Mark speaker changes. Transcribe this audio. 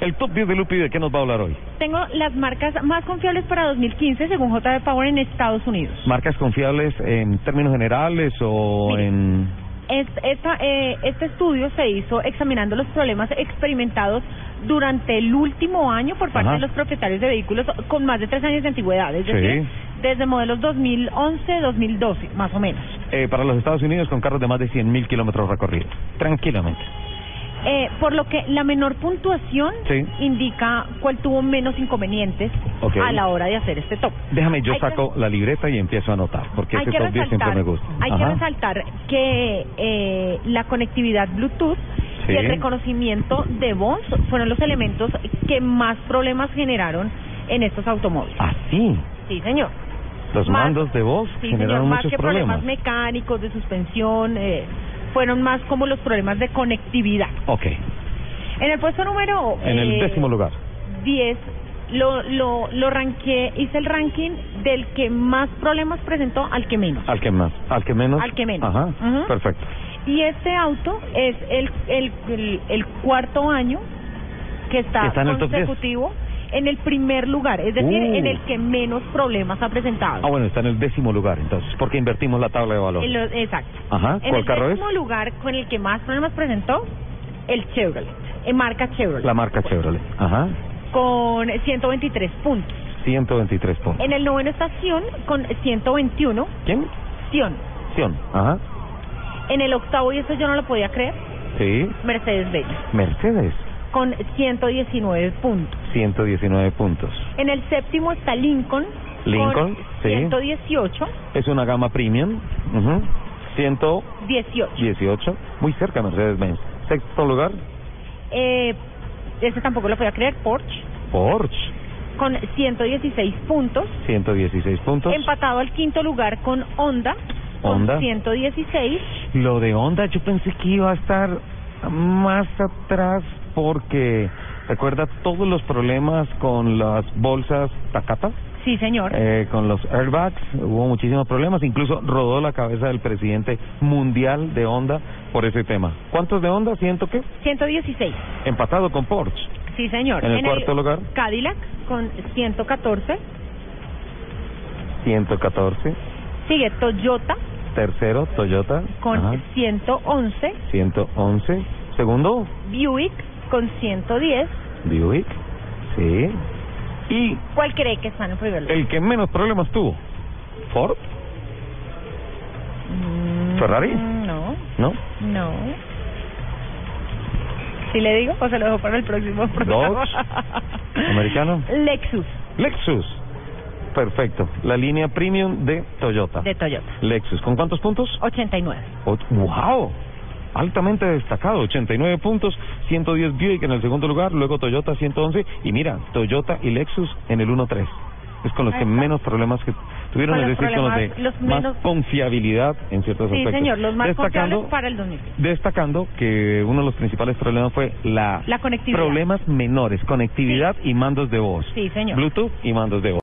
Speaker 1: El top 10 de Lupi, ¿de qué nos va a hablar hoy?
Speaker 2: Tengo las marcas más confiables para 2015 según JB Power en Estados Unidos.
Speaker 1: ¿Marcas confiables en términos generales o
Speaker 2: Mire.
Speaker 1: en...?
Speaker 2: Es- esta, eh, este estudio se hizo examinando los problemas experimentados durante el último año por parte
Speaker 1: Ajá.
Speaker 2: de los propietarios de vehículos con más de tres años de antigüedad, es
Speaker 1: Sí.
Speaker 2: decir, desde modelos 2011-2012, más o menos.
Speaker 1: eh, para los Estados Unidos con carros de más de 100.000 kilómetros recorridos. Tranquilamente.
Speaker 2: Eh, por lo que la menor puntuación
Speaker 1: Sí.
Speaker 2: indica cuál tuvo menos inconvenientes
Speaker 1: Ok.
Speaker 2: a la hora de hacer este top.
Speaker 1: Déjame, yo
Speaker 2: Hay que-
Speaker 1: saco la libreta y empiezo a anotar, porque
Speaker 2: hay
Speaker 1: este
Speaker 2: que
Speaker 1: top 10 siempre
Speaker 2: resaltar,
Speaker 1: me gusta.
Speaker 2: hay que
Speaker 1: Ajá.
Speaker 2: resaltar que eh, la conectividad Bluetooth
Speaker 1: Sí.
Speaker 2: y el reconocimiento de voz fueron los elementos que más problemas generaron en estos automóviles.
Speaker 1: Ah, sí.
Speaker 2: Sí, señor.
Speaker 1: Los
Speaker 2: Más-
Speaker 1: mandos de voz
Speaker 2: Sí, señor.
Speaker 1: generaron
Speaker 2: Más
Speaker 1: muchos
Speaker 2: que problemas,
Speaker 1: problemas.
Speaker 2: mecánicos, de suspensión, eh, fueron más como los problemas de conectividad.
Speaker 1: Ok.
Speaker 2: En el puesto número
Speaker 1: En el
Speaker 2: eh,
Speaker 1: décimo lugar.
Speaker 2: 10 lo, lo, lo ranqué, hice el ranking del que más problemas presentó al que menos.
Speaker 1: Al que más. Al que menos.
Speaker 2: Al que menos.
Speaker 1: Ajá.
Speaker 2: Ujú.
Speaker 1: Perfecto.
Speaker 2: Y este auto es el, el, el, el cuarto año que está,
Speaker 1: Que está en el top 10.
Speaker 2: consecutivo en el primer lugar, es decir,
Speaker 1: Uh.
Speaker 2: en el que menos problemas ha presentado.
Speaker 1: Ah, bueno, está en el décimo lugar, entonces, porque invertimos la tabla de valor.
Speaker 2: En lo- exacto.
Speaker 1: Ajá.
Speaker 2: En
Speaker 1: Ah, ¿Cuál
Speaker 2: el
Speaker 1: carro es?
Speaker 2: décimo lugar con el que más problemas presentó, el Chevrolet, eh, marca Chevrolet.
Speaker 1: La marca Chevrolet. Ajá.
Speaker 2: Con 123 puntos.
Speaker 1: 123 puntos.
Speaker 2: En el noveno está Sion con 121.
Speaker 1: ¿Quién?
Speaker 2: Sion.
Speaker 1: Sion. Ajá.
Speaker 2: En el octavo, y eso yo no lo podía creer,
Speaker 1: Sí.
Speaker 2: Mercedes-Benz
Speaker 1: Mercedes.
Speaker 2: con 119 puntos.
Speaker 1: 119 puntos.
Speaker 2: En el séptimo está Lincoln.
Speaker 1: Lincoln,
Speaker 2: con
Speaker 1: sí.
Speaker 2: 118,
Speaker 1: Es una gama premium. Ujú.
Speaker 2: 18.
Speaker 1: 118. Muy cerca Mercedes-Benz. Sexto lugar,
Speaker 2: Eh, ese tampoco lo podía creer, Porsche,
Speaker 1: Porsche.
Speaker 2: con 116 puntos.
Speaker 1: 116 puntos.
Speaker 2: Empatado al quinto lugar con Honda,
Speaker 1: Honda.
Speaker 2: con 116.
Speaker 1: Lo de Honda yo pensé que iba a estar más atrás porque recuerda todos los problemas con las bolsas Takata,
Speaker 2: Sí, señor.
Speaker 1: eh, con los airbags, hubo muchísimos problemas, incluso rodó la cabeza del presidente mundial de Honda por ese tema. ¿Cuántos de Honda? Siento que
Speaker 2: 116.
Speaker 1: empatado con Porsche.
Speaker 2: Sí, señor.
Speaker 1: ¿En el cuarto lugar?
Speaker 2: Cadillac, con 114.
Speaker 1: 114.
Speaker 2: Sigue Toyota,
Speaker 1: Tercero, Toyota.
Speaker 2: con
Speaker 1: Ajá.
Speaker 2: 111.
Speaker 1: 111. Segundo,
Speaker 2: Buick, con 110.
Speaker 1: Buick. Sí. Y
Speaker 2: ¿Cuál cree que está en el primer lugar?
Speaker 1: El que menos problemas tuvo. Ford,
Speaker 2: Mm,
Speaker 1: Ferrari.
Speaker 2: No.
Speaker 1: ¿no?
Speaker 2: No. ¿Sí le digo o se lo dejo para el próximo programa?
Speaker 1: americano.
Speaker 2: Lexus
Speaker 1: Lexus. Perfecto. La línea premium de Toyota.
Speaker 2: de Toyota.
Speaker 1: Lexus. ¿Con cuántos puntos?
Speaker 2: 89.
Speaker 1: Ot- ¡Wow! Altamente destacado, 89 puntos, 110 Buick en el segundo lugar, luego Toyota 111 y mira, Toyota y Lexus en el 1-3. Es con los
Speaker 2: Ahí
Speaker 1: que
Speaker 2: está.
Speaker 1: menos problemas que tuvieron,
Speaker 2: Con
Speaker 1: es
Speaker 2: los
Speaker 1: decir, con los de
Speaker 2: problemas, los
Speaker 1: más
Speaker 2: menos-
Speaker 1: confiabilidad en ciertos
Speaker 2: Sí,
Speaker 1: aspectos.
Speaker 2: señor, los más
Speaker 1: Destacando-
Speaker 2: confiables para el 2000.
Speaker 1: destacando que uno de los principales problemas fue la,
Speaker 2: La conectividad.
Speaker 1: problemas menores, conectividad y mandos de voz.
Speaker 2: Sí, señor.
Speaker 1: Bluetooth y mandos de voz.